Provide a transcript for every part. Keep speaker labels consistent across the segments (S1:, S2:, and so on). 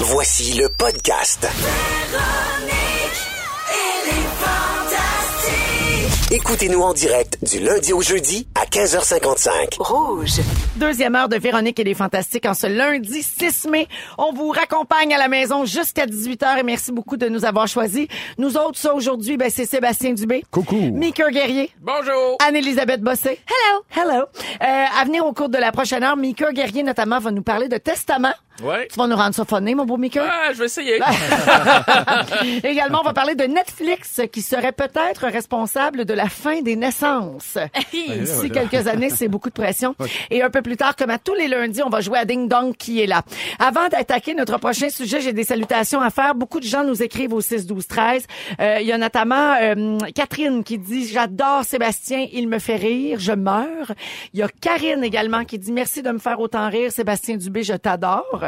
S1: Voici le podcast. Écoutez-nous en direct du lundi au jeudi à 15h55.
S2: Rouge.
S3: Deuxième heure de Véronique et les Fantastiques en ce lundi 6 mai. On vous raccompagne à la maison jusqu'à 18h et merci beaucoup de nous avoir choisis. Nous autres, ça aujourd'hui, ben, c'est Sébastien Dubé.
S4: Coucou.
S3: Mika Guerrier.
S5: Bonjour.
S3: Anne-Elisabeth Bossé. Hello. Hello. Euh, à venir au cours de la prochaine heure, Mika Guerrier notamment va nous parler de testament.
S5: Ouais.
S3: Tu vas nous rendre ça funné, mon beau Mika.
S5: Ah, je vais essayer.
S3: Également, on va parler de Netflix qui serait peut-être responsable de la fin des naissances. D'ici quelques années, c'est beaucoup de pression. Et un peu plus tard, comme à tous les lundis, on va jouer à Ding Dong qui est là. Avant d'attaquer notre prochain sujet, j'ai des salutations à faire. Beaucoup de gens nous écrivent au 6 12 13. Euh, Il y a notamment euh, Catherine qui dit j'adore Sébastien, il me fait rire, je meurs. Il y a Karine également qui dit merci de me faire autant rire Sébastien Dubé, je t'adore.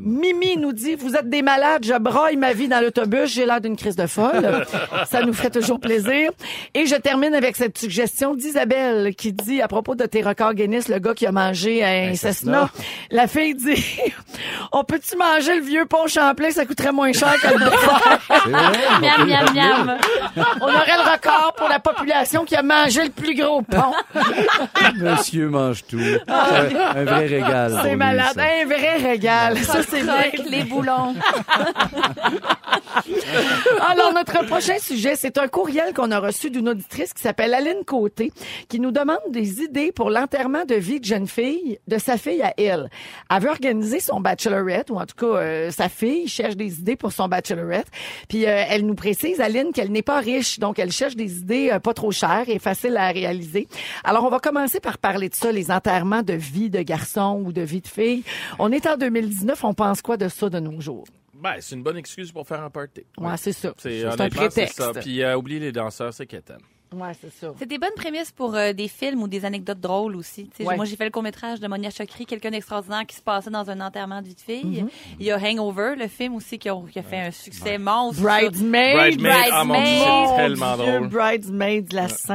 S3: Mimi nous dit, vous êtes des malades, je braille ma vie dans l'autobus, j'ai l'air d'une crise de folle. Ça nous fait toujours plaisir. Et je termine avec cette suggestion d'Isabelle qui dit, à propos de tes records Guinness, le gars qui a mangé un Cessna, la fille dit, on peut-tu manger le vieux pont Champlain, ça coûterait moins cher que le Beaufort.
S6: Miam, miam, miam.
S3: On aurait le record pour la population qui a mangé le plus gros pont.
S4: Monsieur mange tout.
S5: Ah.
S4: Un, un vrai régal. pour
S3: C'est
S4: lui,
S3: malade.
S4: ça.
S5: hein,
S3: Un vrai régal. Ça, c'est vrai.
S6: Croque les boulons.
S3: Alors, notre prochain sujet, c'est un courriel qu'on a reçu d'une auditrice qui s'appelle Aline Côté, qui nous demande des idées pour l'enterrement de vie de jeune fille, de sa fille à elle. Elle veut organiser son bachelorette, ou en tout cas, euh, sa fille cherche des idées pour son bachelorette. Puis, euh, elle nous précise, Aline, qu'elle n'est pas riche, donc elle cherche des idées euh, pas trop chères et faciles à réaliser. Alors, on va commencer par parler de ça, les enterrements de vie de garçon ou de vie de fille. On est en 2019, on pense quoi de ça de nos jours?
S5: Ben, c'est une bonne excuse pour faire un party.
S3: Ouais, c'est ça.
S5: C'est
S3: C'est un
S5: honnêtement, c'est
S3: prétexte.
S5: ça. Puis euh, oublie les danseurs, c'est quétaine.
S3: Ouais, c'est ça.
S6: C'est des bonnes prémices pour euh, des films ou des anecdotes drôles aussi. Tu sais,
S3: Ouais.
S6: Moi, j'ai fait le court-métrage de Monia Chokri, quelqu'un d'extraordinaire qui se passait dans un enterrement de vie de fille. Il y a Hangover, le film aussi, qui a, qui a fait un succès monstre.
S3: Bridesmaid.
S5: Bridesmaid, ah mon dieu,
S6: Bridesmaid.
S5: c'est
S3: Mon
S5: tellement
S3: Dieu,
S5: drôle.
S3: Bridesmaid, la 5
S6: sais,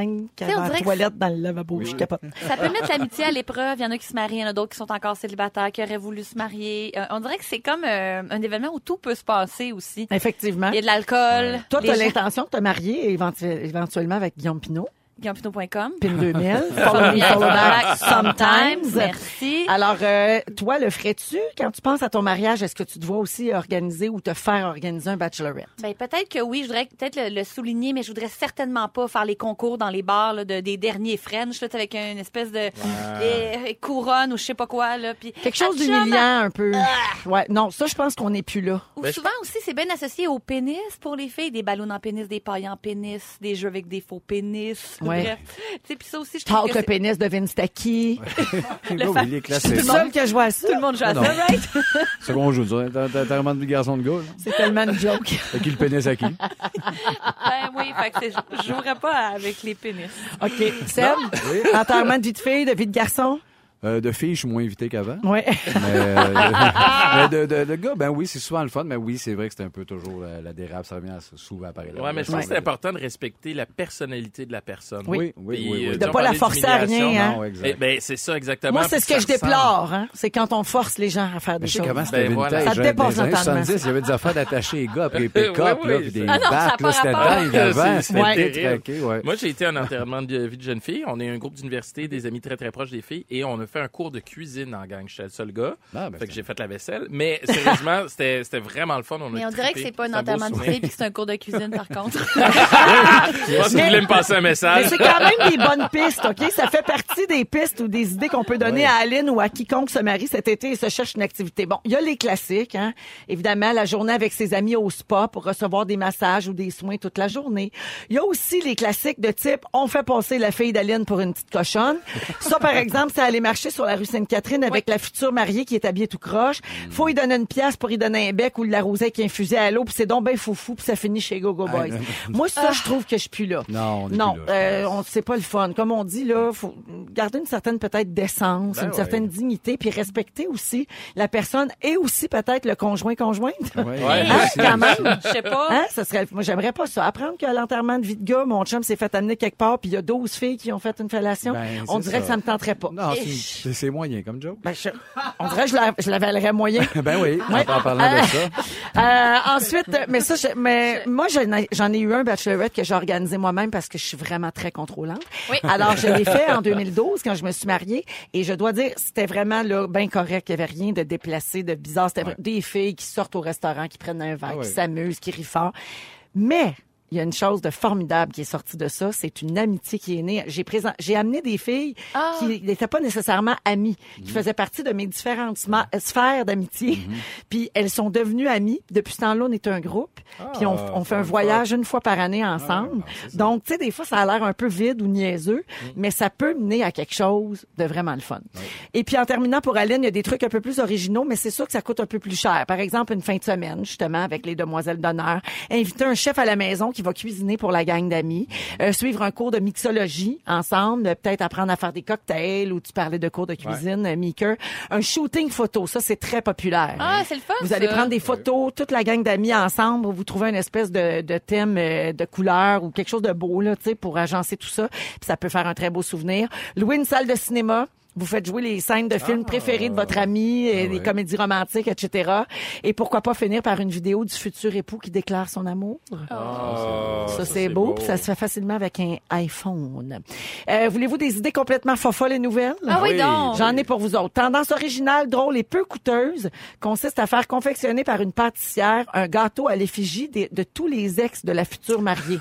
S6: on
S3: avant la
S6: dirait que
S3: toilette dans le lavabo. Je capote.
S6: Ça peut mettre l'amitié à l'épreuve. Il y en a qui se marient, il y en a d'autres qui sont encore célibataires, qui auraient voulu se marier. Euh, on dirait que c'est comme euh, un événement où tout peut se passer aussi.
S3: Effectivement.
S6: Il y a de l'alcool.
S3: Toi,
S6: les
S3: t'as
S6: gens-
S3: l'intention de te marier éventu- éventuellement avec Guillaume Pinot,
S6: Guillaume-Pinot.com.
S3: Pin 2000, follow me, follow back, sometimes.
S6: Merci.
S3: Alors, euh, toi, le ferais-tu quand tu penses à ton mariage? Est-ce que tu dois aussi organiser ou te faire organiser un bachelorette?
S6: Ben, peut-être que oui, je voudrais peut-être le, le souligner, mais je voudrais certainement pas faire les concours dans les bars là, de, des derniers French, là, tu sais, avec une espèce de euh, couronne ou je sais pas quoi. Là, puis-
S3: Quelque chose
S6: Ah, chum,
S3: d'humiliant un peu.
S6: Ah!
S3: Ouais, non, ça, je pense qu'on n'est plus là.
S6: Ou
S5: Ben, je-
S6: souvent aussi, c'est bien associé au pénis pour les filles, des ballons en pénis, des pailles en pénis, des jeux avec des faux pénis.
S3: Ouais.
S6: Bref. Tu sais, puis ça aussi, je trouve
S3: Talk
S6: que
S3: le
S6: c'est-
S3: pénis de Vince Taki.
S4: Là, oui, il est
S3: C'est
S4: classé.
S3: le seul que je vois à ça.
S6: tout le monde joue à
S4: Non.
S6: ça, right?
S4: Second jeu, ça. T'as t'as vraiment de garçon de gars, là.
S3: C'est tellement une joke.
S4: Fait qu'il pénisse à qui?
S6: ben oui, fait que c'est- je jouerais pas avec les pénis.
S3: OK. Seb, enterrement de vie de fille, de vie de garçon?
S4: Euh, de filles, je suis moins invité qu'avant.
S3: Ouais.
S4: Mais, euh, mais de, de, de gars, ben oui, c'est souvent le fun. Mais oui, c'est vrai que c'est un peu toujours euh, la, la dérape. Ça revient à- souvent à pareil.
S5: Ouais, mais je pense que c'est important de respecter la personnalité de la personne.
S4: Oui. Oui, oui, oui, oui.
S5: euh,
S4: De
S5: tu en
S3: pas la
S5: parlais
S3: forcer à rien,
S5: d'humiliation,
S3: hein.
S4: Non, exact.
S5: Eh ben, c'est ça exactement.
S3: Moi, c'est ce
S5: Puis
S3: que
S5: ça
S3: je
S5: ressemble.
S3: déplore, hein. C'est quand on force les gens à faire des
S4: Mais je sais
S3: choses.
S4: comment c'était
S5: Ben voilà.
S4: vintage.
S3: Ça
S4: hein.
S3: dépasse
S4: Dans les années
S3: l'entendement.
S4: 70, il y avait des affaires d'attachées les gars, puis les pick-up,
S5: Oui,
S4: là,
S5: oui,
S4: puis
S5: c'est-
S4: des
S5: Ah
S6: non, ça a
S4: bacs,
S6: pas
S4: là, c'était
S6: rapport.
S4: dingue avant.
S5: C'est-
S4: C'était
S5: c'est
S4: détraqué, ouais.
S5: Moi, j'ai été à un enterrement de vie de jeune fille. On est un groupe d'université, des amis très, très proches des filles, et on a fait un cours de cuisine en gang. J'étais le seul gars.
S4: Ah, ben,
S5: fait que j'ai fait la vaisselle. Mais sérieusement, c'était c'était vraiment le fun. On a
S6: Mais on dirait que
S5: trippé.
S6: c'est pas un
S5: C'est beau
S6: enterrement de
S5: souvenir.
S6: fille, puis que c'est un cours de cuisine, par contre.
S5: Je pense que vous voulez me passer un
S3: Mais
S5: message.
S3: c'est quand même des bonnes pistes, OK? Ça fait partie des pistes ou des idées qu'on peut donner
S4: Ouais.
S3: à Aline ou à quiconque se marie cet été et se cherche une activité. Bon, il y a les classiques, hein? Évidemment, la journée avec ses amis au spa pour recevoir des massages ou des soins toute la journée. Il y a aussi les classiques de type on fait passer la fille d'Aline pour une petite cochonne. Ça, par exemple, c'est aller marcher sur la rue Sainte-Catherine avec la future mariée qui est habillée tout croche. Faut y donner une pièce pour y donner un bec ou de la rosée qui est infusée à l'eau, puis c'est donc ben foufou, puis ça finit chez Gogo Boys.
S4: non,
S3: Moi, ça, je trouve que je suis là.
S4: Non, on est
S3: Non,
S4: plus là, je
S3: euh, on c'est pas le fun. Comme on dit là, faut garder une certaine peut-être décence, une
S4: Ben ouais.
S3: certaine dignité, puis respecter aussi la personne et aussi peut-être le conjoint conjointe.
S4: Ouais,
S5: Ouais. Ah,
S4: moi aussi.
S3: Quand même.
S6: Je sais pas.
S3: Hein, ça serait, moi, j'aimerais pas ça. Apprendre qu'à l'enterrement de vie de gars, mon chum s'est fait amener quelque part, puis il y a 12 filles qui ont fait une fellation.
S4: Ben,
S3: on
S4: c'est
S3: dirait
S4: ça.
S3: que ça me tenterait pas.
S4: Non, c'est une
S3: Ouch.
S4: C'est- C'est moyen comme joke.
S3: Ben, je- on dirait que je la- je l'avalerais moyen.
S4: Ben oui,
S5: Ah.
S4: en en parlant de ça.
S3: Ah. Euh, ensuite, euh, mais ça, je- mais moi, j'en ai- j'en ai eu un bachelorette que j'ai organisé moi-même parce que je suis vraiment très contrôlante.
S6: Oui.
S3: Alors, je l'ai fait en 2012 quand je me suis mariée et je dois dire, c'était vraiment là, bien correct. Il n'y avait rien de déplacé, de bizarre. C'était vra- des filles qui sortent au restaurant, qui prennent un verre,
S4: Ah ouais.
S3: qui s'amusent, qui rient fort. Mais il y a une chose de formidable qui est sortie de ça, c'est une amitié qui est née. J'ai présent, j'ai amené des filles
S6: Ah.
S3: qui n'étaient pas nécessairement amies, qui faisaient partie de mes différentes sma- sphères d'amitié. Puis elles sont devenues amies. Depuis ce temps-là, on est un groupe. puis on, on fait un voyage une fois par année ensemble. Donc, tu sais, des fois, ça a l'air un peu vide ou niaiseux, mais ça peut mener à quelque chose de vraiment le fun. Et puis, en terminant pour Aline, il y a des trucs un peu plus originaux, mais c'est sûr que ça coûte un peu plus cher. Par exemple, une fin de semaine, justement, avec les demoiselles d'honneur, inviter un chef à la maison qui va cuisiner pour la gang d'amis, euh, suivre un cours de mixologie ensemble, euh, peut-être apprendre à faire des cocktails ou tu parlais de cours de cuisine, euh, Meeker. Un shooting photo, ça, c'est très populaire. hein.
S6: Ah, c'est le fun.
S3: Vous allez
S6: ça.
S3: prendre des photos, toute la gang d'amis ensemble, vous trouvez une espèce de, de thème euh, de couleur ou quelque chose de beau là, tu sais, pour agencer tout ça. Puis ça peut faire un très beau souvenir. Louer une salle de cinéma. Vous faites jouer les scènes de films préférés de votre ami, et les
S4: ouais.
S3: comédies romantiques, etc. Et pourquoi pas finir par une vidéo du futur époux qui déclare son amour. Ah,
S5: Ah, Oh.
S3: ça, c'est beau. Puis ça se fait facilement avec un iPhone. Euh, Voulez-vous des idées complètement fofolles et nouvelles?
S6: Ah oui,
S5: Oh,
S4: Oui.
S6: donc.
S3: J'en ai pour vous autres. Tendance originale, drôle et peu coûteuse consiste à faire confectionner par une pâtissière un gâteau à l'effigie des- de, tous les ex de la future mariée.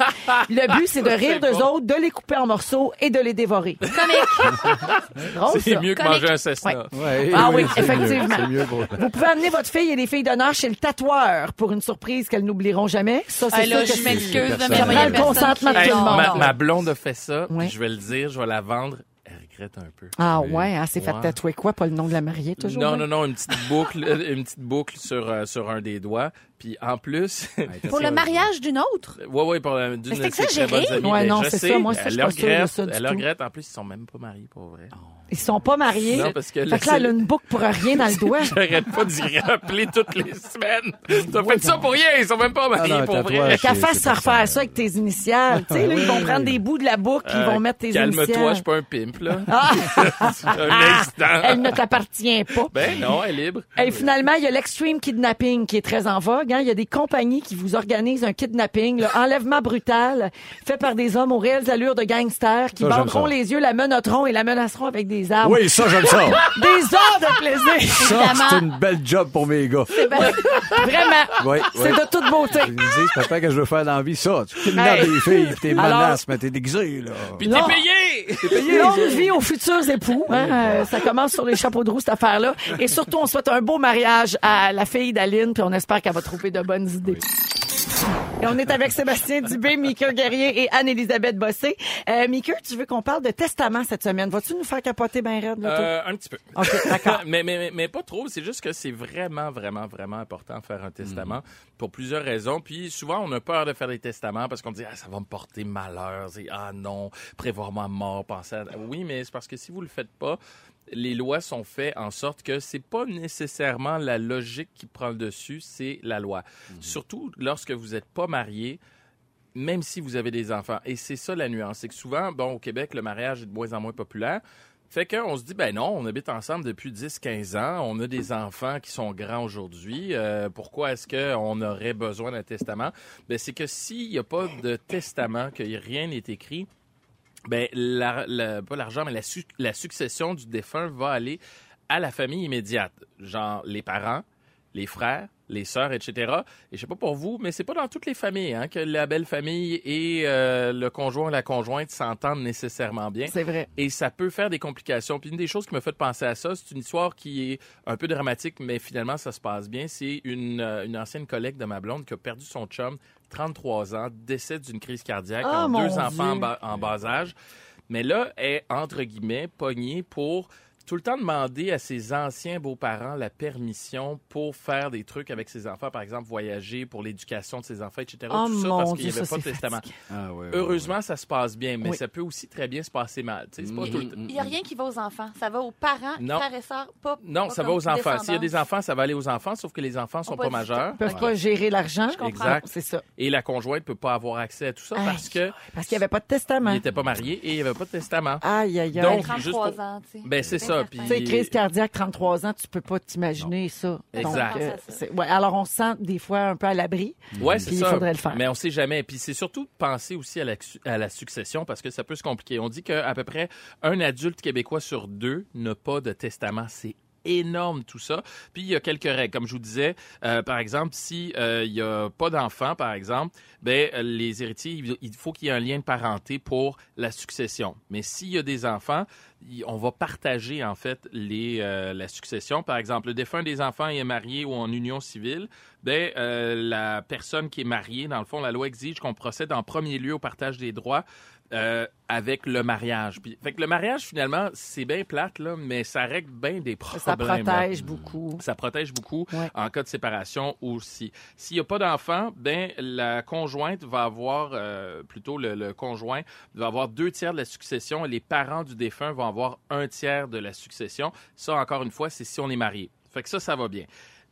S3: Le but, c'est de
S5: Ça,
S3: rire
S5: c'est
S3: d'eux
S5: bon.
S3: autres, de les couper en morceaux et de les dévorer. C'est drôle,
S5: C'est
S3: ça.
S5: mieux que
S6: Connect-
S5: manger un Cessna.
S4: Ouais,
S3: Ah oui,
S4: c'est mieux.
S3: effectivement.
S4: C'est mieux pour
S3: Vous pouvez amener votre fille et les filles d'honneur chez le tatoueur pour une surprise qu'elles n'oublieront jamais. Ça,
S6: Ah,
S3: c'est sûr
S6: là,
S3: que
S6: je
S3: c'est-
S6: m'excuse de
S4: Ça
S6: me
S4: prend le
S3: consentement de
S5: Hey,
S3: tout le monde.
S5: ma, ma blonde a fait ça, puis
S3: Ouais.
S5: je vais le dire, je vais la vendre. Elle regrette un peu.
S3: Ah ouais, elle s'est fait
S5: Ouais.
S3: tatouer quoi? Pas le nom de la mariée, toujours?
S5: non,
S3: hein?
S5: non, non, une petite boucle, euh, une petite boucle sur, euh, sur un des doigts. Puis en plus,
S6: Pour le mariage d'une autre.
S5: Ouais, ouais, pour la- d'une
S6: Mais c'est
S5: de ses très
S6: exagéré.
S5: bonnes amies.
S3: Ouais,
S5: Ben,
S3: non,
S5: je
S3: c'est
S5: sais,
S3: ça, moi, ça, je
S5: elle
S3: suis
S5: le
S3: pas sûre de
S5: regrette,
S3: ça du
S5: Elle le
S3: tout. Oh.
S5: regrette. En plus, ils sont même pas mariés, pour vrai.
S3: Ils sont pas mariés.
S5: Non, parce que
S3: Fait
S5: là,
S3: que là, elle a
S5: c'est-
S3: une boucle pour rien dans le doigt.
S5: J'arrête pas d'y rappeler toutes les semaines. T'as fait ça pour rien, ils sont même pas mariés,
S4: non,
S5: pour
S4: tatouage.
S5: vrai.
S3: Qu'elle
S4: C'est-
S3: fasse
S4: c'est
S3: se refaire ça avec tes initiales. tu sais, là, ils vont prendre des bouts de la boucle, puis ils
S5: Euh,
S3: vont mettre tes
S5: Calme-toi, je
S3: initiales.
S5: suis pas un pimp, là.
S3: Ah!
S5: un
S3: Elle
S5: instant.
S3: ne t'appartient pas.
S5: Ben non, elle est libre.
S3: Et finalement, il y a l'extreme kidnapping qui est très en vogue. hein. Il y a des compagnies qui vous organisent un kidnapping, là, enlèvement brutal, fait par des hommes aux réelles allures de gangsters qui
S4: Ça, j'aime
S3: banderont
S4: ça.
S3: les yeux, la menotteront et la menaceront avec des armes.
S4: Oui, ça, j'aime ça.
S3: Des heures de plaisir!
S4: Ça, c'est une belle job pour mes gars.
S3: Ben, vraiment,
S4: Oui,
S3: c'est
S4: oui.
S3: de toute beauté.
S4: Ils me disent, papa, que je veux faire dans la vie, ça. Tu kidnappes
S3: Hey.
S4: des filles, pis t'es
S3: Alors-
S4: menaces, mais t'es déguisé, là.
S5: Puis
S3: Non.
S5: t'es payé!
S3: Longue vie aux futurs époux. hein. Euh, ça commence sur les chapeaux de roue, cette affaire-là. Et surtout, on souhaite un beau mariage à la fille d'Aline, puis on espère qu'elle va trouver de bonnes idées. Et on est avec Sébastien Dubé, Mika Guerrier et Anne-Élisabeth Bossé. Euh, Mika, tu veux qu'on parle de testament cette semaine. Vas-tu nous faire capoter ben raide, là, toi?
S5: Euh, un petit peu.
S3: OK, d'accord.
S5: mais, mais, mais, mais pas trop. C'est juste que c'est vraiment, vraiment, vraiment important de faire un testament pour plusieurs raisons. Puis souvent, on a peur de faire des testaments parce qu'on dit Ah, ça va me porter malheur. C'est, ah non, prévoir ma mort, penser à. Oui, mais c'est parce que si vous le faites pas, les lois sont faites en sorte que c'est pas nécessairement la logique qui prend le dessus, c'est la loi. Surtout lorsque vous n'êtes pas marié même si vous avez des enfants. Et c'est ça la nuance. C'est que souvent, bon, au Québec, le mariage est de moins en moins populaire. Fait qu'on se dit, ben non, on habite ensemble depuis 10-15 ans, on a des enfants qui sont grands aujourd'hui, euh, pourquoi est-ce qu'on aurait besoin d'un testament? Ben, c'est que s'il n'y a pas de testament, que rien n'est écrit, ben, la- la- pas l'argent, mais la, su- la succession du défunt va aller à la famille immédiate, genre les parents, les frères, les sœurs, etc. Et je sais pas pour vous, mais c'est pas dans toutes les familles hein, que la belle famille et euh, le conjoint ou la conjointe s'entendent nécessairement bien.
S3: C'est vrai.
S5: Et ça peut faire des complications. Puis une des choses qui me fait penser à ça, c'est une histoire qui est un peu dramatique, mais finalement, ça se passe bien. C'est une, euh, une ancienne collègue de ma blonde qui a perdu son chum, 33 ans, décès d'une crise cardiaque,
S3: Ah,
S5: en
S3: mon
S5: deux
S3: Dieu.
S5: enfants en, bas- en bas âge. Mais là, elle est, entre guillemets, pognée pour tout le temps demander à ses anciens beaux-parents la permission pour faire des trucs avec ses enfants, par exemple voyager pour l'éducation de ses enfants, etc.
S3: Oh,
S5: tout ça
S3: mon
S5: parce qu'il n'y
S3: Dieu,
S5: avait
S3: ça,
S5: pas de
S3: c'est
S5: testament.
S4: Ah, ouais, ouais, ouais.
S5: Heureusement, ça se passe bien, mais
S3: Oui.
S5: ça peut aussi très bien se passer mal. Tu sais, C'est pas tout le temps.
S6: Il n'y a rien qui va aux enfants. Ça va aux parents,
S5: Non.
S6: frères et sœurs, pas.
S5: Non,
S6: pas
S5: ça va
S6: comme
S5: aux enfants. S'il y a
S6: descendance.
S5: des enfants, ça va aller aux enfants, sauf que les enfants sont
S6: On
S5: pas,
S6: peut-
S5: majeurs.
S3: Ils peuvent pas gérer l'argent.
S6: Je comprends.
S5: Exact.
S3: C'est ça.
S5: Et la conjointe peut pas avoir accès à tout ça parce que
S3: Parce qu'il n'y avait pas de testament. Ah.
S5: il était pas marié et il y avait pas de testament.
S3: Aïe, aïe, aïe.
S5: Donc, juste
S6: 33
S5: pour-
S6: ans, tu sais.
S5: Ben c'est ça. ça. Puis...
S3: Tu sais, crise cardiaque, 33 ans, tu peux pas t'imaginer ça.
S5: Exact.
S3: Donc, euh, c'est- ouais, alors, on se sent des fois un peu à l'abri.
S5: Ouais, c'est
S3: Puis il
S5: ça.
S3: faudrait le faire.
S5: Mais on sait jamais. Puis c'est surtout de penser aussi à la, su- à la succession parce que ça peut se compliquer. On dit qu'à peu près un adulte québécois sur deux n'a pas de testament. C'est énorme tout ça. Puis il y a quelques règles. Comme je vous disais, euh, par exemple, si euh, il y a pas d'enfant, par exemple, ben euh, les héritiers, il- il faut qu'il y ait un lien de parenté pour la succession. Mais s'il y a des enfants, il- on va partager en fait les, euh, la succession. Par exemple, le défunt des enfants est marié ou en union civile, ben euh, la personne qui est mariée, dans le fond, la loi exige qu'on procède en premier lieu au partage des droits euh, avec le mariage. Puis, fait que le mariage finalement, c'est bien plate là, mais ça règle bien des problèmes.
S3: Ça
S5: là.
S3: protège beaucoup.
S5: Ça protège beaucoup
S3: Ouais.
S5: en cas de séparation aussi. S'il n'y a pas d'enfant, ben la conjointe va avoir, euh, plutôt le, le conjoint va avoir deux tiers de la succession et les parents du défunt vont avoir un tiers de la succession. Ça, encore une fois, c'est si on est marié. Fait que ça, ça va bien.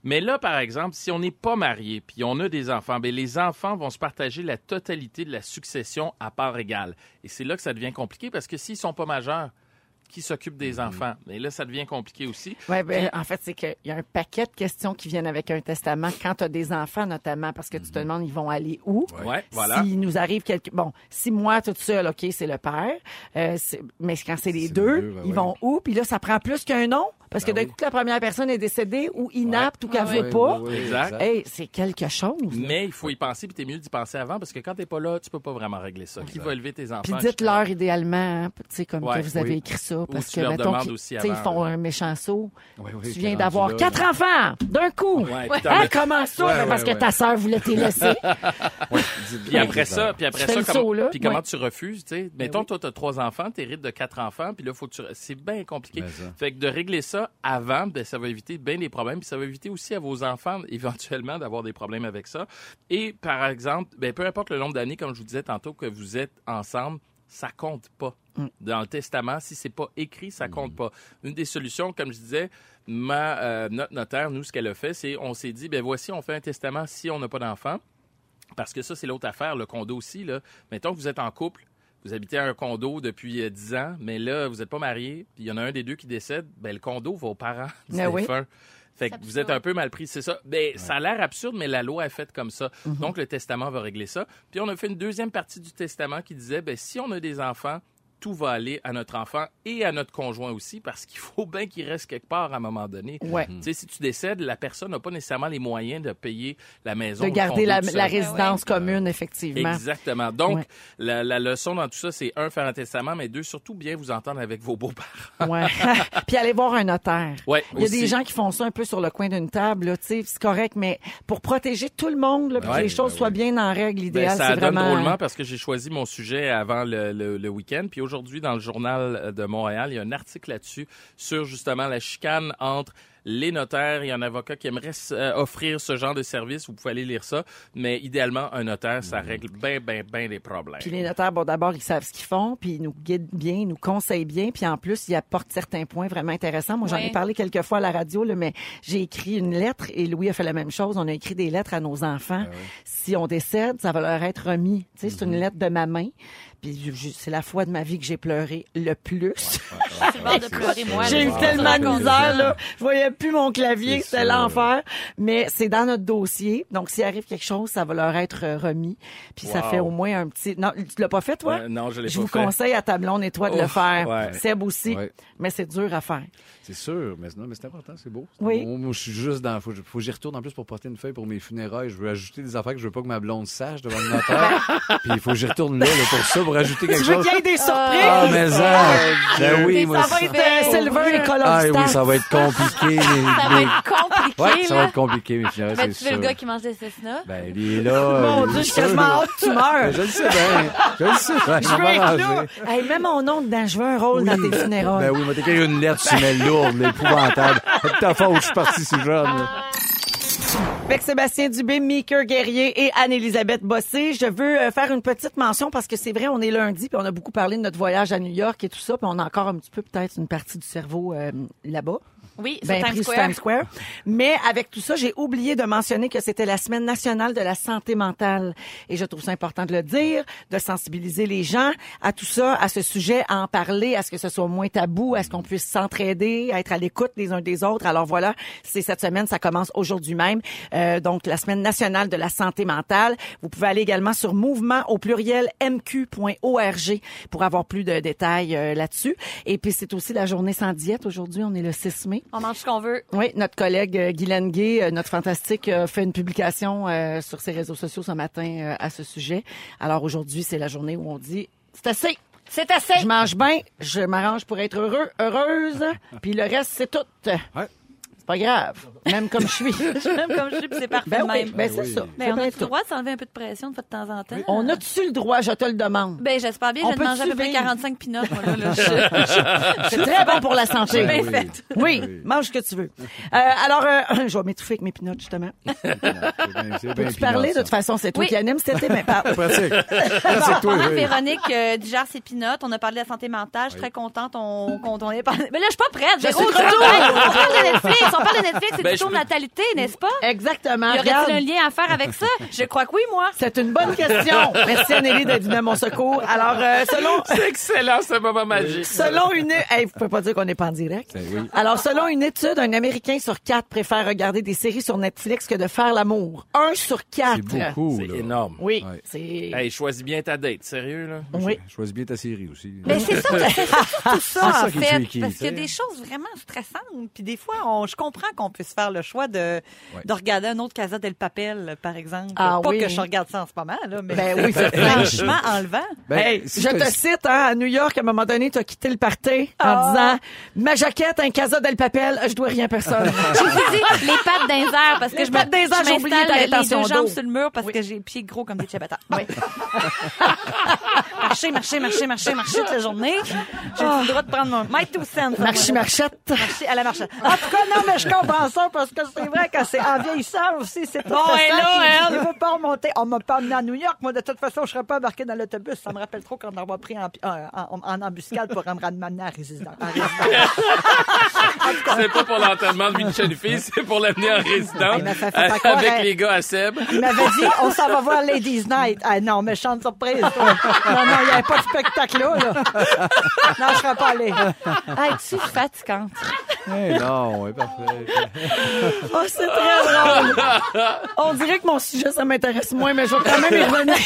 S5: Mais là, par exemple, si on n'est pas marié puis on a des enfants, ben les enfants vont se partager la totalité de la succession à part égale. Et c'est là que ça devient compliqué parce que s'ils sont pas majeurs, qui s'occupe des
S3: Mm-hmm.
S5: enfants? Mais là, ça devient compliqué aussi.
S3: Ouais, ben, en fait, c'est qu'il y a un paquet de questions qui viennent avec un testament quand tu as des enfants, notamment, parce que tu te demandes, ils vont aller où?
S5: Ouais, voilà.
S3: S'il nous arrive quelque... Bon, si moi, toute seule, OK, c'est le père, euh, c'est- mais quand c'est les
S4: C'est
S3: deux,
S4: les deux, ben
S3: ils
S4: ouais.
S3: vont où? Puis là, ça prend plus qu'un nom, parce que
S4: Ben
S3: d'un
S4: oui.
S3: coup,
S4: Ah
S3: la première personne est décédée ou inapte ou qu'elle
S6: Ouais,
S3: veut pas.
S5: Exact.
S3: Hey, c'est quelque chose.
S5: Mais il faut y penser, puis t'es mieux d'y penser avant, parce que quand t'es pas là, tu peux pas vraiment régler ça. Qui va élever tes enfants?
S3: Puis dites-leur idéalement, hein, tu sais, comme
S5: Ouais,
S3: que vous avez
S5: oui.
S3: écrit ça, parce
S5: tu
S3: que,
S5: leur
S3: mettons,
S5: demandes
S3: qu'ils-
S5: aussi
S3: tu sais, ils
S5: avant, euh.
S3: font
S5: là.
S3: un méchant saut.
S4: Ouais, ouais,
S3: tu viens
S4: t'es
S3: d'avoir
S4: rendu là,
S3: quatre enfants d'un coup.
S5: Ouais,
S3: Hein,
S5: puis t'en mets-
S3: Comment ça?
S4: Ouais,
S3: Ben,
S4: ouais,
S3: parce que
S4: ouais.
S3: ta sœur voulait t'y laisser.
S5: Puis après ça, puis après
S3: Tu fais
S5: ça,
S3: le
S5: comment-
S3: saut, là.
S5: puis comment
S3: Ouais. Ben
S5: tu refuses, tu sais? Mettons, toi, t'as trois enfants, t'hérites de quatre enfants, puis là, faut que tu... C'est bien compliqué.
S4: Mais ça.
S5: Fait que de régler ça avant, ben, ça va éviter bien des problèmes, puis ça va éviter aussi à vos enfants, éventuellement, d'avoir des problèmes avec ça. Et, par exemple, ben, peu importe le nombre d'années, comme je vous disais tantôt, que vous êtes ensemble, ça compte pas.
S3: Mm.
S5: Dans le testament, si c'est pas écrit, ça compte pas. Une des solutions, comme je disais, ma, euh, notre notaire, nous, ce qu'elle a fait, c'est on s'est dit, ben voici, on fait un testament si on n'a pas d'enfant. Parce que ça, c'est l'autre affaire, le condo aussi. Là. Mettons que vous êtes en couple, vous habitez à un condo depuis euh, 10 ans, mais là, vous n'êtes pas marié, puis il y en a un des deux qui décède, ben, le condo va aux parents du
S3: Ben oui.
S5: défunt. Fait que
S6: C'est
S5: vous êtes
S6: absurde.
S5: un peu mal pris, c'est ça. Ben, Ça a l'air absurde, mais la loi est faite comme ça.
S3: Mhm.
S5: Donc, le testament va régler ça. Puis, on a fait une deuxième partie du testament qui disait, ben, si on a des enfants, tout va aller à notre enfant et à notre conjoint aussi, parce qu'il faut bien qu'il reste quelque part à un moment donné.
S3: Ouais.
S5: Tu sais, si tu décèdes, la personne n'a pas nécessairement les moyens de payer la maison.
S3: De
S5: le
S3: garder
S5: condo,
S3: la,
S5: tout ça. Ah
S3: la résidence commune, effectivement.
S5: Exactement. Donc,
S3: Ouais.
S5: la, la leçon dans tout ça, c'est un, faire un testament, mais deux, surtout bien vous entendre avec vos beaux-parents.
S3: Ouais. Puis aller voir un notaire.
S5: Ouais,
S3: Il y a des
S5: aussi.
S3: gens qui font ça un peu sur le coin d'une table, là, tu sais, c'est correct, mais pour protéger tout le monde, là, puis que
S5: Ouais,
S3: les choses soient bien en règle,
S5: Ben,
S3: l'idéal,
S5: ça
S3: c'est
S5: donne
S3: vraiment...
S5: drôlement parce que j'ai choisi mon sujet avant le, le- le week-end. Puis aujourd'hui, dans le journal euh, de Montréal, il y a un article là-dessus sur justement la chicane entre les notaires et un avocat qui aimerait euh, offrir ce genre de service. Vous pouvez aller lire ça. Mais idéalement, un notaire, ça règle bien, bien, bien les problèmes.
S3: Puis les notaires, bon, d'abord, ils savent ce qu'ils font, puis ils nous guident bien, ils nous conseillent bien, puis en plus, ils apportent certains points vraiment intéressants. Moi, j'en
S6: Ouais.
S3: ai parlé quelques fois à la radio, là, mais j'ai écrit une lettre et Louis a fait la même chose. On a écrit des lettres à nos enfants. Si on décède, ça va leur être remis. Tu sais, c'est une lettre de ma main. Puis je- je- c'est la fois de ma vie que j'ai pleuré le plus.
S6: Sur le bord de pleurer, moi.
S3: J'ai eu
S6: là,
S3: tellement
S6: c'est
S3: de
S6: ça.
S3: misère, là. Je voyais plus mon clavier,
S4: C'est
S3: c'était
S4: sûr.
S3: l'enfer. Mais c'est dans notre dossier. Donc, s'il arrive quelque chose, ça va leur être euh, remis. Puis ça
S5: Wow.
S3: fait au moins un petit... Non, tu l'as pas fait, toi?
S5: Euh, non, je l'ai
S3: Je
S5: pas
S3: vous
S5: fait.
S3: conseille à ta blonde et toi de le
S5: Ouf,
S3: faire.
S5: ouais.
S3: Seb aussi.
S4: Ouais.
S3: Mais c'est dur à faire.
S4: C'est sûr, mais, non, mais c'est important, c'est beau. C'est
S3: Oui.
S4: beau. Moi, je suis juste dans. Faut, que je- faut que j'y retourne en plus pour porter une feuille pour mes funérailles. Je veux ajouter des affaires que je veux pas que ma blonde sache devant le notaire. Puis il faut que j'y retourne là, là, pour ça, pour ajouter quelque
S3: Tu veux
S4: chose.
S3: qu'il y ait des surprises?
S4: Ah, mais ça! Ben oui, moi,
S3: ça va être euh, Sylvain et
S4: Ah
S3: Colostan.
S4: oui, ça va être compliqué. mais-
S6: Ça va être compliqué,
S4: Ouais, ça va
S6: là.
S4: être compliqué, mes funérailles,
S6: Mais
S4: c'est
S6: tu veux
S4: sûr.
S6: le gars qui mange des cessnas?
S4: Ben, il est là.
S3: Mon
S4: euh,
S3: Dieu, je
S4: il est
S3: suis
S4: sûr. Ben,
S3: quasiment hâte que tu meurs.
S4: Je le sais bien. Je le sais bien.
S3: Je
S4: Je
S3: veux
S4: vais
S3: être là.
S4: m'arranger.
S3: Hey, mets mon nom dedans. Je veux un rôle dans tes funérailles.
S4: Ben oui, m'a t'écris une lettre, tu mets lourde, épouvantable. C'est de ta faute, je suis parti si jeune.
S3: Avec Sébastien Dubé, Meeker Guerrier et Anne-Élisabeth Bossé, je veux euh, faire une petite mention parce que c'est vrai, on est lundi, puis on a beaucoup parlé de notre voyage à New York et tout ça, puis on a encore un petit peu peut-être une partie du cerveau euh, là-bas.
S6: Oui, sur
S3: Ben,
S6: Times
S3: pris sur
S6: Square.
S3: Times Square. Mais avec tout ça, j'ai oublié de mentionner que c'était la semaine nationale de la santé mentale. Et je trouve ça important de le dire, de sensibiliser les gens à tout ça, à ce sujet, à en parler, à ce que ce soit moins tabou, à ce qu'on puisse s'entraider, à être à l'écoute les uns des autres. Alors voilà, c'est cette semaine, ça commence aujourd'hui même. Euh, donc, la semaine nationale de la santé mentale. Vous pouvez aller également sur mouvement au pluriel mq.org pour avoir plus de détails euh, là-dessus. Et puis, c'est aussi la journée sans diète aujourd'hui. On est le 6 mai.
S6: On mange ce qu'on veut.
S3: Oui, notre collègue euh, Guylaine Gay, euh, notre fantastique, euh, fait une publication euh, sur ses réseaux sociaux ce matin euh, à ce sujet. Alors aujourd'hui, c'est la journée où on dit c'est assez.
S6: C'est assez.
S3: Je mange bien, je m'arrange pour être heureux, heureuse, puis le reste c'est tout. C'est pas grave, même comme je suis.
S6: Même comme je suis, puis c'est parfait
S3: ben
S6: de
S3: oui,
S6: même.
S3: ben c'est ça.
S6: Ben,
S3: C'est
S6: on
S3: bien
S6: a tout le
S3: tout.
S6: droit de s'enlever un peu de pression de fois de temps en temps.
S3: On a-tu le droit, je te le demande.
S6: Ben, j'espère bien.
S3: On
S6: Je vais
S3: peut-tu
S6: manger à peu près
S3: vivre?
S6: 45 pinottes, moi, là. là. Je-
S3: C'est très bon pour la santé.
S6: bien
S4: oui.
S6: fait.
S3: Oui,
S4: Oui.
S3: mange ce que tu veux. Euh, alors, euh, je vais m'étouffer avec mes pinottes, justement. Tu parlais, de toute façon, c'est toi
S6: Oui.
S3: qui anime cet été, mais parle.
S4: Pratique.
S6: Bon,
S4: Pratique, toi,
S6: pendant que
S4: oui.
S6: Véronique euh, digère ses pinottes, on a parlé de la santé mentale. Je suis très contente. On, qu'on- on est par- Mais là, je suis pas prête. Véro,
S3: suis
S6: je suis pas prête. On parle de Netflix. On parle de Netflix. C'est
S5: Ben,
S6: plutôt
S5: je-
S6: natalité, n'est-ce pas?
S3: Exactement.
S6: Y
S3: regarde.
S6: aurait-il un lien à faire avec ça? Je crois que oui, moi.
S3: C'est une bonne question. Merci Anneli d'être venue à mon secours. Alors, euh, selon,
S5: C'est excellent, ce moment magique.
S3: selon une... Hey, vous pouvez pas dire qu'on n'est pas en direct.
S4: Ben oui.
S3: Alors, selon une étude, un Américain sur quatre préfère regarder des séries sur Netflix que de faire l'amour. Un sur
S4: C'est
S3: quatre.
S4: beaucoup.
S5: C'est
S4: là.
S5: énorme.
S3: Oui,
S4: Ouais.
S3: c'est...
S5: Hey, choisis bien ta date, sérieux, là?
S3: Oui.
S4: Choisis bien ta série aussi.
S6: Mais Ben, c'est ça, c'est ça, tout ça,
S4: ça
S6: en
S4: qui est
S6: fait.
S4: tricky,
S6: parce
S4: tu
S6: qu'il y a
S4: sais.
S6: des choses vraiment stressantes. Puis des fois, on, je comprends qu'on puisse faire le choix de,
S4: Ouais.
S6: de regarder un autre Casa del Papel, par exemple.
S3: Ah
S6: Pas
S3: oui.
S6: que je regarde ça en ce moment, là, mais
S3: Ben oui, c'est franche.
S6: franchement, enlevant.
S4: Ben,
S3: Hey,
S4: si
S3: je
S4: t'as-
S3: te cite, hein, à New York, à un moment donné, tu as quitté le party
S6: Ah.
S3: en disant « Ma jaquette, un casa del papel, je dois rien à personne.
S6: Je me suis dit, les pattes d'un airs, parce que
S3: Les
S6: je
S3: pattes
S6: me
S3: dans les airs, j'ai
S6: je
S3: oublié
S6: m'installe
S3: ta
S6: les
S3: rétention
S6: deux
S3: d'eau.
S6: jambes sur le mur parce que j'ai les pieds gros comme des ciabattas. Oui. marcher, marcher, marcher, marcher, marcher toute la journée. J'ai le droit de prendre mon... My two cents. »
S2: Ah,
S3: Marchi marchette.
S6: Marcher à la marchette.
S2: En tout cas, non, mais je comprends ça parce que c'est vrai que c'est en vieillissant aussi, c'est tout
S6: Bon, elle, là,
S2: Il ne veut pas remonter. On m'a pas amené à New York. Moi, de toute façon, je ne serais pas embarqué dans l'autobus. Ça me rappelle trop quand on m'a pris en, en, en- en embuscade pour me ramener à résidence. En résidence.
S5: C'est pas pour l'enterrement de vie de jeune fille, c'est pour l'amener en résidence euh,
S2: Ouais, mais ça fait pas
S5: avec
S2: croire, hein.
S5: les gars à Seb.
S2: Il m'avait dit, on s'en va voir Ladies Night. Ah non, méchante surprise. toi. Non, non, il n'y avait pas de spectacle là. là. Non, je ne serais pas allé.
S6: Ah, tu es fatigante.
S4: Hey, non, ouais, parfait.
S3: Oh, c'est très drôle. On dirait que mon sujet, ça m'intéresse moins, mais je vais quand même y revenir.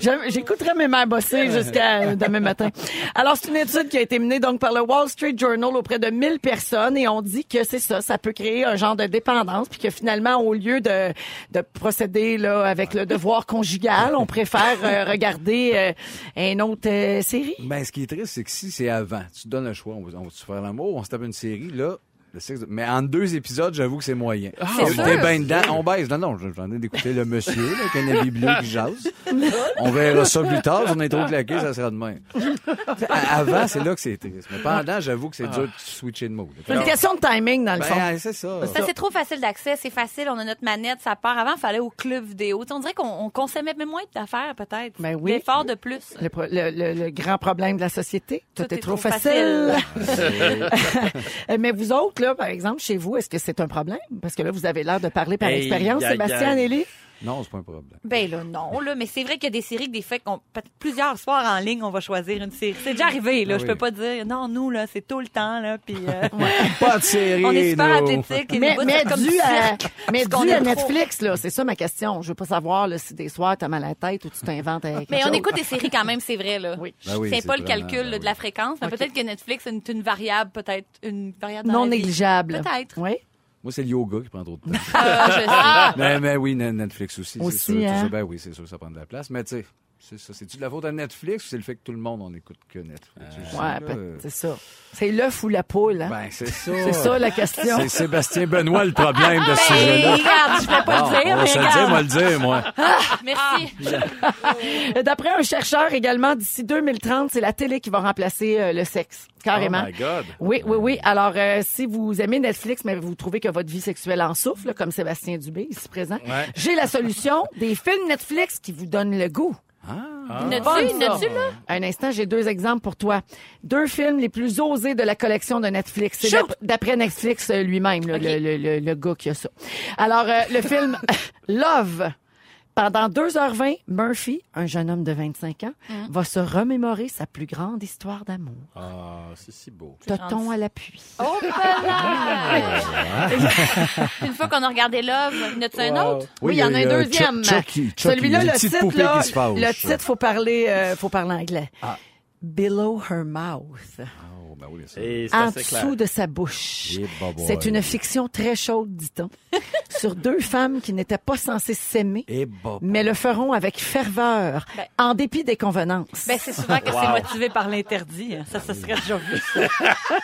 S3: Je- J'écouterai mes mères bosser jusqu'à euh, demain matin. Alors, c'est une étude qui a été menée donc par le Wall Street Journal auprès de 1000 personnes et on dit que c'est ça, ça peut créer un genre de dépendance puis que finalement, au lieu de, de procéder là avec le devoir conjugal, on préfère euh, regarder euh, une autre euh, série.
S4: Ben, ce qui est triste, c'est que si c'est avant, tu te donnes le choix. On va, on va se faire l'amour, on se tape une série, là. le sexe- Mais en deux épisodes, j'avoue que Ah, c'est moyen.
S6: C'est sûr.
S4: T'es bien dedans, on baisse. Non, non, j'en ai d'écouter le monsieur, là, qui a un habit bleu qui jase. On verra ça plus tard. Si on est trop claqué, ça sera demain. À- Avant, c'est là que c'est triste. Mais pendant, j'avoue que c'est dur de switcher de mode.
S3: C'est une question de timing, dans le fond.
S4: Ben, c'est ça.
S6: Ça, c'est trop facile d'accès. C'est facile. On a notre manette, ça part. Avant, il fallait au club vidéo. Tu sais, on dirait qu'on on consommait même moins d'affaires, peut-être.
S3: Ben oui.
S6: D'efforts de plus.
S3: Le, pro- le- le- le grand problème de la société, tout, est, trop, facile. Mais vous autres, là, par exemple, chez vous, est-ce que c'est un problème? Parce que là, vous avez l'air de parler par
S5: Hey,
S3: expérience,
S5: aïe,
S3: Sébastien,
S5: aïe.
S3: Anneli.
S4: Non, c'est pas un problème.
S6: Ben là, non, là. Mais c'est vrai qu'il y a des séries que des faits qu'on. peut-être Plusieurs soirs en ligne, on va choisir une série. C'est déjà arrivé, là.
S4: Ah
S6: Je
S4: oui.
S6: peux pas dire, non, nous, là, c'est tout le temps, là. Puis. euh,
S4: Pas de série,
S6: on est super
S4: non.
S6: athlétiques. et
S3: Mais,
S6: nous,
S3: mais
S6: c'est comme
S3: dû
S6: du
S3: à,
S6: cirque.
S3: mais
S6: qu'on
S3: dû à
S6: aime trop.
S3: Netflix, là, c'est ça ma question. Je veux pas savoir là, si des soirs, t'as mal à la tête ou tu t'inventes euh, quelque
S6: Mais on
S3: chose.
S6: écoute des séries quand même, c'est vrai, là.
S3: Oui.
S4: Ben oui,
S6: c'est
S4: c'est
S6: pas le
S4: vraiment-
S6: calcul
S4: ben
S6: là, de la fréquence, mais peut-être que Netflix est une, une variable, peut-être une variable dans
S3: Non
S6: la vie.
S3: négligeable.
S6: Peut-être.
S3: Oui.
S4: Moi, c'est le yoga qui prend trop de temps.
S6: Ah, je sais.
S4: Mais, mais oui, Net- Netflix aussi. c'est
S3: Aussi,
S4: sûr, tu
S3: hein?
S4: sais, ben oui, c'est sûr, ça prend de la place. Mais tu sais, c'est ça. C'est-tu de la faute à Netflix ou c'est le fait que tout le monde on écoute que Netflix? Je sais,
S3: Ouais,
S4: là, euh,
S3: peut- c'est ça. C'est l'œuf ou la poule, hein?
S4: Ben, c'est ça.
S3: c'est ça Ah, la question.
S4: C'est Sébastien Benoît le problème de ce
S6: Ben,
S4: sujet-là.
S6: regarde, je vais pas
S4: Bon,
S6: le dire,
S4: on va
S6: mais
S4: se le dire,
S6: regarde. Ah,
S4: moi le dire, moi.
S6: Merci.
S3: D'après un chercheur également, d'ici 2030, c'est la télé qui va remplacer euh, le sexe. Carrément.
S5: Oh my God.
S3: Oui, oui, oui. Alors, euh, si vous aimez Netflix, mais vous trouvez que votre vie sexuelle en souffle, comme Sébastien Dubé, ici présent,
S5: Ouais.
S3: j'ai la solution des films Netflix qui vous donnent le goût.
S4: Ah,
S5: Oh,
S6: N'as-tu,
S3: Bonne,
S6: n'as-tu,
S3: ça.
S6: là?
S3: Un instant, j'ai deux exemples pour toi. Deux films les plus osés de la collection de Netflix. C'est
S6: Sure.
S3: d'ap- d'après Netflix euh, lui-même, là,
S6: Ok.
S3: le, le- le- le gars qui a ça. Alors, euh, le film Love. Pendant 2h20, Murphy, un jeune homme de 25 ans,
S5: Hum.
S3: va se remémorer sa plus grande histoire d'amour.
S5: Ah, c'est si beau.
S3: Toton à l'appui.
S6: Oh, voilà! Une fois qu'on a regardé Love, n'as-tu un autre?
S3: Oui, il y en a un
S4: euh,
S3: deuxième.
S4: Chuck- Chucky, Chucky,
S3: Celui-là,
S4: une
S3: le
S4: petite
S3: titre,
S4: poupée
S3: là,
S4: qui se fâche. Ah.
S3: le titre, faut parler, euh, faut parler anglais. Below her mouth.
S4: Oh, ben oui, bien sûr.
S5: Et c'est
S3: en
S5: assez clair.
S3: dessous de sa bouche.
S4: Eh, bah, boy.
S3: C'est une fiction très chaude, dit-on, sur deux femmes qui n'étaient pas censées s'aimer,
S4: Eh, bah,
S3: mais le feront avec ferveur,
S6: Ben-
S3: en dépit des convenances.
S6: Ben, c'est souvent que c'est
S5: Wow.
S6: motivé par l'interdit. hein.
S2: Ça, ce serait déjà vu, ça.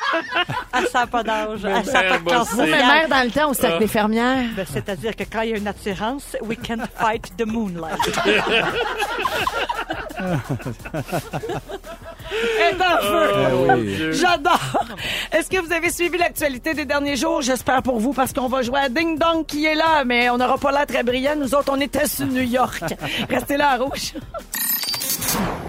S2: Elle n'a pas d'âge, elle n'a pas
S5: Bossé.
S2: de classe
S3: Moi, ma
S2: sociale.
S3: mère, dans le temps, au
S4: Euh.
S3: cercle des fermières,
S2: Ben, C'est-à-dire que quand il y a une attirance, we can fight the moonlight. Et d'un feu!
S4: Ah oui.
S3: J'adore. Est-ce que vous avez suivi l'actualité des derniers jours? J'espère pour vous parce qu'on va jouer à Ding Dong qui est là, mais on n'aura pas l'air très brillant. Nous autres, on était sur New York. Restez là à rouge.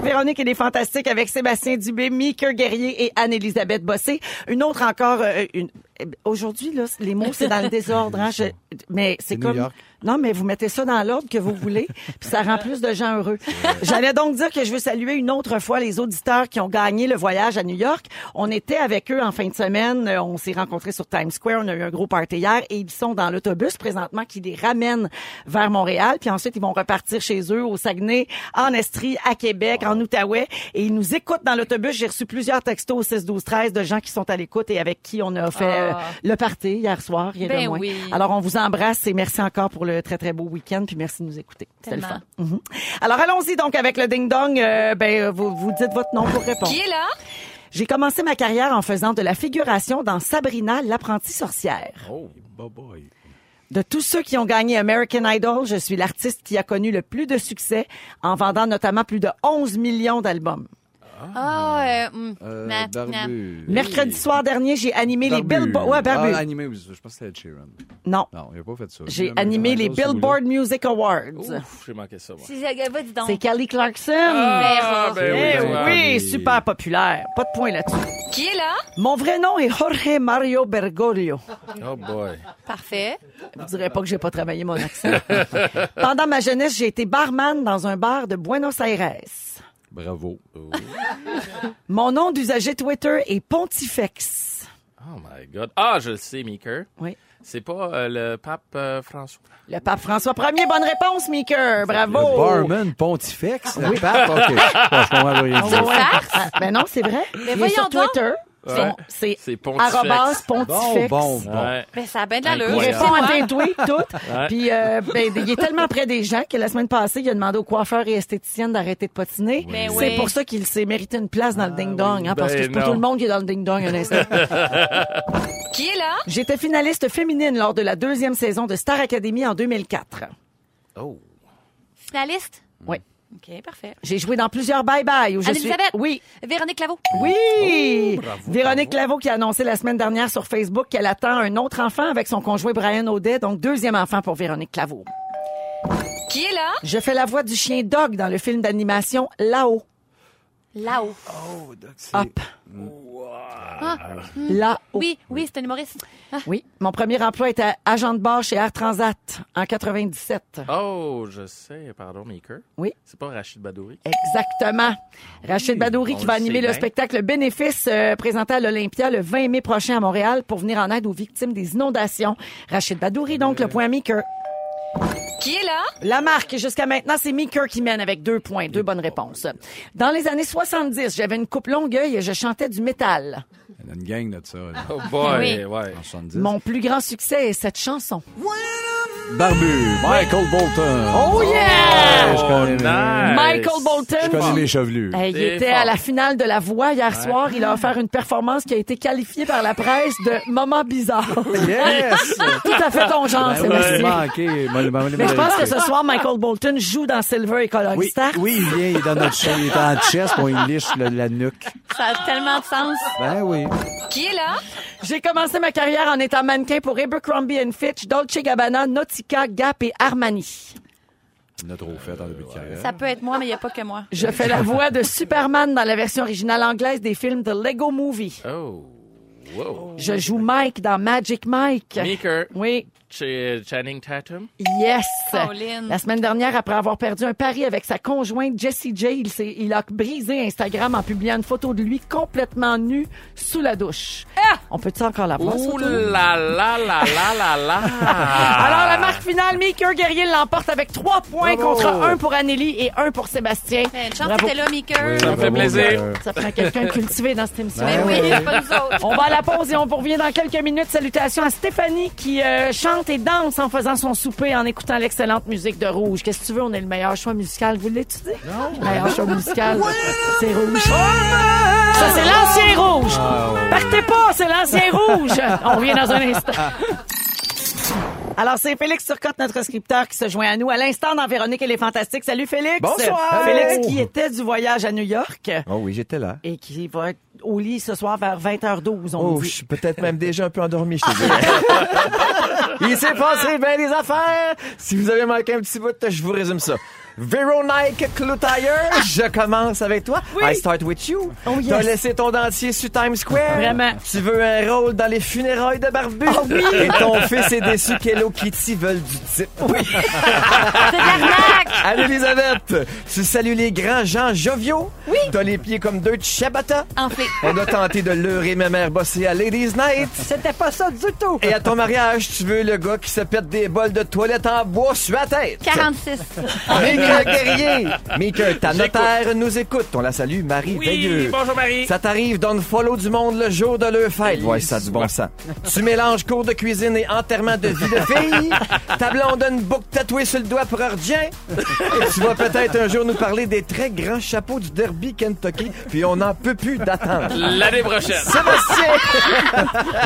S3: Véronique et les Fantastiques avec Sébastien Dubé, Mika Guerrier et Anne-Élisabeth Bossé. Une autre encore, euh, une... eh bien, Aujourd'hui, là, les mots, c'est dans le désordre. hein. Je- Mais c'est
S4: New
S3: comme...
S4: York.
S3: Non, mais vous mettez ça dans l'ordre que vous voulez, puis ça rend plus de gens heureux. J'allais donc dire que je veux saluer une autre fois les auditeurs qui ont gagné le voyage à New York. On était avec eux en fin de semaine, euh, on s'est rencontrés sur Times Square, on a eu un gros party hier et ils sont dans l'autobus présentement qui les ramène vers Montréal, puis ensuite ils vont repartir chez eux au Saguenay, en Estrie, à Québec, en Outaouais et ils nous écoutent dans l'autobus. J'ai reçu plusieurs textos au 6 12 13 de gens qui sont à l'écoute et avec qui on a fait euh,
S6: Ah.
S3: le party hier soir, rien de
S6: Ben
S3: moins.
S6: oui.
S3: Alors, alors, on vous embrasse et merci encore pour le très, très beau week-end. Puis merci de nous écouter. C'était le fun.
S6: Tellement.
S3: Mhm. Alors, allons-y donc avec le ding-dong. Euh, ben, euh, vous, vous dites votre nom pour répondre.
S6: Qui est là?
S3: J'ai commencé ma carrière en faisant de la figuration dans Sabrina, l'apprenti sorcière.
S5: Oh, bah, boy.
S3: De tous ceux qui ont gagné American Idol, je suis l'artiste qui a connu le plus de succès en vendant notamment plus de 11 millions d'albums.
S6: Ah, euh, hmm.
S4: Euh,
S6: Nah, nah.
S4: Barbu.
S3: Mercredi soir dernier, j'ai animé
S4: Barbu.
S3: les Billboard... Ouais, Barbu.
S4: Ah, animé, oui, je pense que c'était Ed Sheeran.
S3: Non.
S4: Non, il n'a pas fait ça.
S3: J'ai
S4: Jamais
S3: animé
S4: fait
S3: les
S4: ça, Oh. ce
S3: Billboard Music Awards.
S5: Ouf, j'ai manqué ça, moi.
S6: Si, euh, va, dis donc.
S3: C'est Kelly Clarkson.
S5: Ah,
S6: Verra.
S5: ben oui,
S3: Eh
S5: ben
S3: oui,
S4: oui.
S3: super populaire. Pas de point là-dessus.
S6: Qui est là?
S3: Mon vrai nom est Jorge Mario Bergoglio.
S5: Oh, boy.
S6: Parfait.
S3: Vous direz pas que j'ai pas travaillé mon accent. Pendant ma jeunesse, j'ai été barman dans un bar de Buenos Aires.
S4: Bravo.
S5: Oh,
S3: Mon nom d'usager Twitter est Pontifex.
S5: Oh, my God. Ah, je le sais, Meeker.
S3: Oui.
S5: C'est pas euh, le pape euh, François.
S3: Le pape François Ier, bonne réponse, Meeker. Bravo.
S4: Le barman pontifex, le pape, OK. Je comprends rien.
S3: Ouais. Ah, Ben non, c'est vrai. Il est
S6: voyons
S3: sur
S6: donc.
S3: Twitter.
S5: Ouais.
S3: Son- C'est
S5: C'est Pontifex.
S3: arrobas
S4: Bon,
S3: pontifex.
S4: bon, bon.
S5: Ouais.
S6: Ben, ça a bien de l'allure.
S3: Il
S5: Ouais.
S3: répond à
S6: Ouais.
S3: tes tweets, tout. Puis, euh, ben, il est tellement près des gens que la semaine passée, il a demandé aux coiffeurs et esthéticiennes d'arrêter de patiner.
S6: Ben
S3: C'est
S6: oui.
S3: pour ça qu'il s'est mérité une place dans le ding-dong, hein, parce
S5: Ben
S3: que c'est pas
S5: non.
S3: tout le monde qui est dans le ding-dong un instant.
S6: Qui est là?
S3: J'étais finaliste féminine lors de la deuxième saison de Star Academy en 2004.
S5: Oh.
S6: Finaliste?
S3: Oui.
S6: OK, parfait.
S3: J'ai joué dans plusieurs bye-bye où je suis...
S6: Anne-Elisabeth?
S3: Oui.
S6: Véronique Laveau?
S3: Oui!
S5: Oh, bravo,
S3: Véronique
S5: bravo.
S3: Laveau qui a annoncé la semaine dernière sur Facebook qu'elle attend un autre enfant avec son conjoint Brian Audet, donc deuxième enfant pour Véronique Laveau.
S6: Qui est là?
S3: Je fais la voix du chien Dog dans le film d'animation Là-haut.
S6: Là-haut.
S3: Hop. Là-haut.
S6: Oui, oui, c'est un humoriste. Ah,
S3: Oui, mon premier emploi était agent de bord chez Air Transat en 97.
S5: Oh, je sais. Pardon, Meeker.
S3: Oui.
S5: C'est pas Rachid Badouri.
S3: Exactement. Rachid Badouri
S5: on
S3: qui va
S5: le
S3: animer
S5: sait
S3: le
S5: bien.
S3: spectacle Bénéfice euh, présenté à l'Olympia le 20 mai prochain à Montréal pour venir en aide aux victimes des inondations. Rachid Badouri, donc,
S5: Euh.
S3: le point Meeker.
S6: Qui est là?
S3: La marque, jusqu'à maintenant, c'est Meeker qui mène avec deux points, deux bonnes réponses. Dans les années 70, j'avais une coupe longueuil et je chantais du métal.
S4: Il y a une gang de ça, là,
S5: Oh, boy.
S6: Oui.
S5: Ouais.
S4: en 70.
S3: Mon plus grand succès est cette chanson.
S4: Barbu, Michael Bolton.
S3: Oh yeah!
S4: je connais
S5: nice.
S4: mes-
S3: Michael
S4: Je
S3: Bolton.
S4: connais
S3: qui-
S4: mes chevelus.
S3: Hey, Ben, il
S5: C'est
S3: était
S5: fort.
S3: à la finale de La Voix hier soir. Il a offert une performance qui a été qualifiée par la presse de moment bizarre.
S4: Yes!
S3: Tout à fait ton genre,
S4: Ben oui,
S3: Sébastien.
S4: c'est manqué. Moi, le- moi, le-
S3: Ah, Mais je pense
S4: le-
S3: que ce soir, Michael Bolton joue dans Silver et Color
S4: Oui,
S3: Star.
S4: oui, il vient, il est dans notre show, il est en chest, on il liche le- la nuque.
S6: Ça a tellement de sens.
S4: Ben oui.
S6: Qui est là?
S3: J'ai commencé ma carrière en étant mannequin pour Abercrombie Fitch, Dolce Gabbana, Nautica, Gap et Armani.
S7: Il en a trop fait en début de carrière.
S6: Ça peut être moi, mais il n'y a pas que moi.
S3: Je fais la voix de Superman dans la version originale anglaise des films de Lego Movie.
S5: Oh. Wow.
S3: Je joue Mike dans Magic Mike.
S5: Meeker.
S3: Oui,
S5: Ch- Channing Tatum.
S3: yes.
S6: Colin.
S3: La semaine dernière, après avoir perdu un pari avec sa conjointe Jessie J, il, s'est- il a brisé Instagram en publiant une photo de lui complètement nu sous la douche.
S6: Ah!
S3: On peut-tu encore la voir? cette
S5: Ouh
S3: photo?
S5: là là là là là là.
S3: Alors, la marque finale, Maker Guerrier l'emporte avec 3 points
S5: Bravo.
S3: contre 1 pour Anneli et 1 pour Sébastien.
S6: Mais Ben, une chance
S3: Bravo.
S6: que t'es là, Meeker.
S5: Ça me fait
S7: Bravo,
S5: plaisir.
S7: euh,
S3: Ça prend quelqu'un de cultivé dans cette émission.
S6: Ben oui, c'est pas nous autres.
S3: On va à la pause et on vous revient dans quelques minutes. Salutations à Stéphanie qui euh, chante et danse en faisant son souper en écoutant l'excellente musique de Rouge. Qu'est-ce que tu veux? On est le meilleur choix musical. Vous l'étudiez? Non. Le meilleur choix musical, c'est Rouge. Ça, c'est l'ancien Rouge. Partez pas, c'est l'ancien Rouge. On revient dans un instant. Alors, c'est Félix Turcotte, notre scripteur, qui se joint à nous à l'instant dans Véronique et les Fantastiques. Salut, Félix.
S7: Bonsoir.
S3: Félix qui était du voyage à New York
S4: Oh oui, j'étais là.
S3: et qui va être au lit ce soir vers 20h12, on
S4: Oh,
S3: dit.
S4: je suis peut-être même déjà un peu endormi, je te dirais. Il s'est passé bien des affaires. Si vous avez manqué un petit bout, je vous résume ça. Véronique Cloutier, je commence avec toi. I start with you.
S3: Oh, yes.
S4: T'as laissé ton dentier sur Times Square.
S3: Vraiment. Oh,
S4: Tu veux un rôle dans les funérailles de Barbu. Et ton fils est déçu qu'Hello Kitty veulent du type.
S6: C'est de l'arnaque.
S4: Anne-Elisabeth, tu salues les grands gens joviaux. Oui. T'as les pieds comme deux de ciabatta.
S6: Enflé.
S4: On a tenté de leurrer ma mère bossée à Ladies Night.
S8: C'était pas ça du tout.
S4: Et à ton mariage, tu veux le gars qui se pète des bols de toilette en bois sur la tête.
S6: 46.
S8: Ah,
S4: Mika Guerrier. Mika, ta notaire nous écoute. On la salue, Marie Veilleux.
S5: bonjour Marie.
S4: Ça t'arrive dans le follow du monde le jour de leur fête. Ouais, ça a du bon sens. tu mélanges cours de cuisine et enterrement de vie de fille. Ta blonde a une boucle tatouée sur le doigt pour Ardien. Et tu vas peut-être un jour nous parler des très grands chapeaux du derby Kentucky. Puis on n'en peut plus d'attendre.
S5: L'année prochaine.
S4: Sébastien!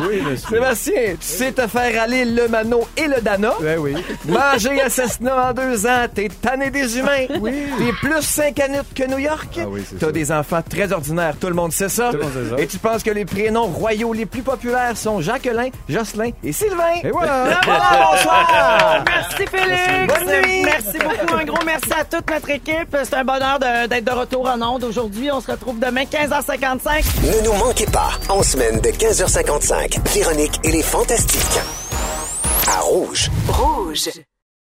S7: Oui, monsieur.
S4: Sébastien, tu sais te faire aller le Mano et le Dana.
S7: Ben oui.
S4: Manger Assassinat en deux ans, t'es tanné des humains. Oui. T'es plus cinq années que New York.
S7: Ah oui, c'est
S4: T'as
S7: ça.
S4: des enfants très ordinaires, tout le monde sait ça.
S7: Tout le monde sait ça.
S4: Et tu penses que les prénoms royaux les plus populaires sont Jacqueline, Jocelyn et Sylvain.
S7: Et voilà.
S4: Voilà, bonsoir!
S3: Merci Félix.
S4: Bonne nuit.
S3: Merci beaucoup. Un gros merci à toute notre équipe. C'est un bonheur de- d'être de retour en onde aujourd'hui. On se retrouve demain 15h55.
S1: Ne nous manquez pas, en semaine de 15h55, Véronique et les Fantastiques. À Rouge.
S9: Rouge.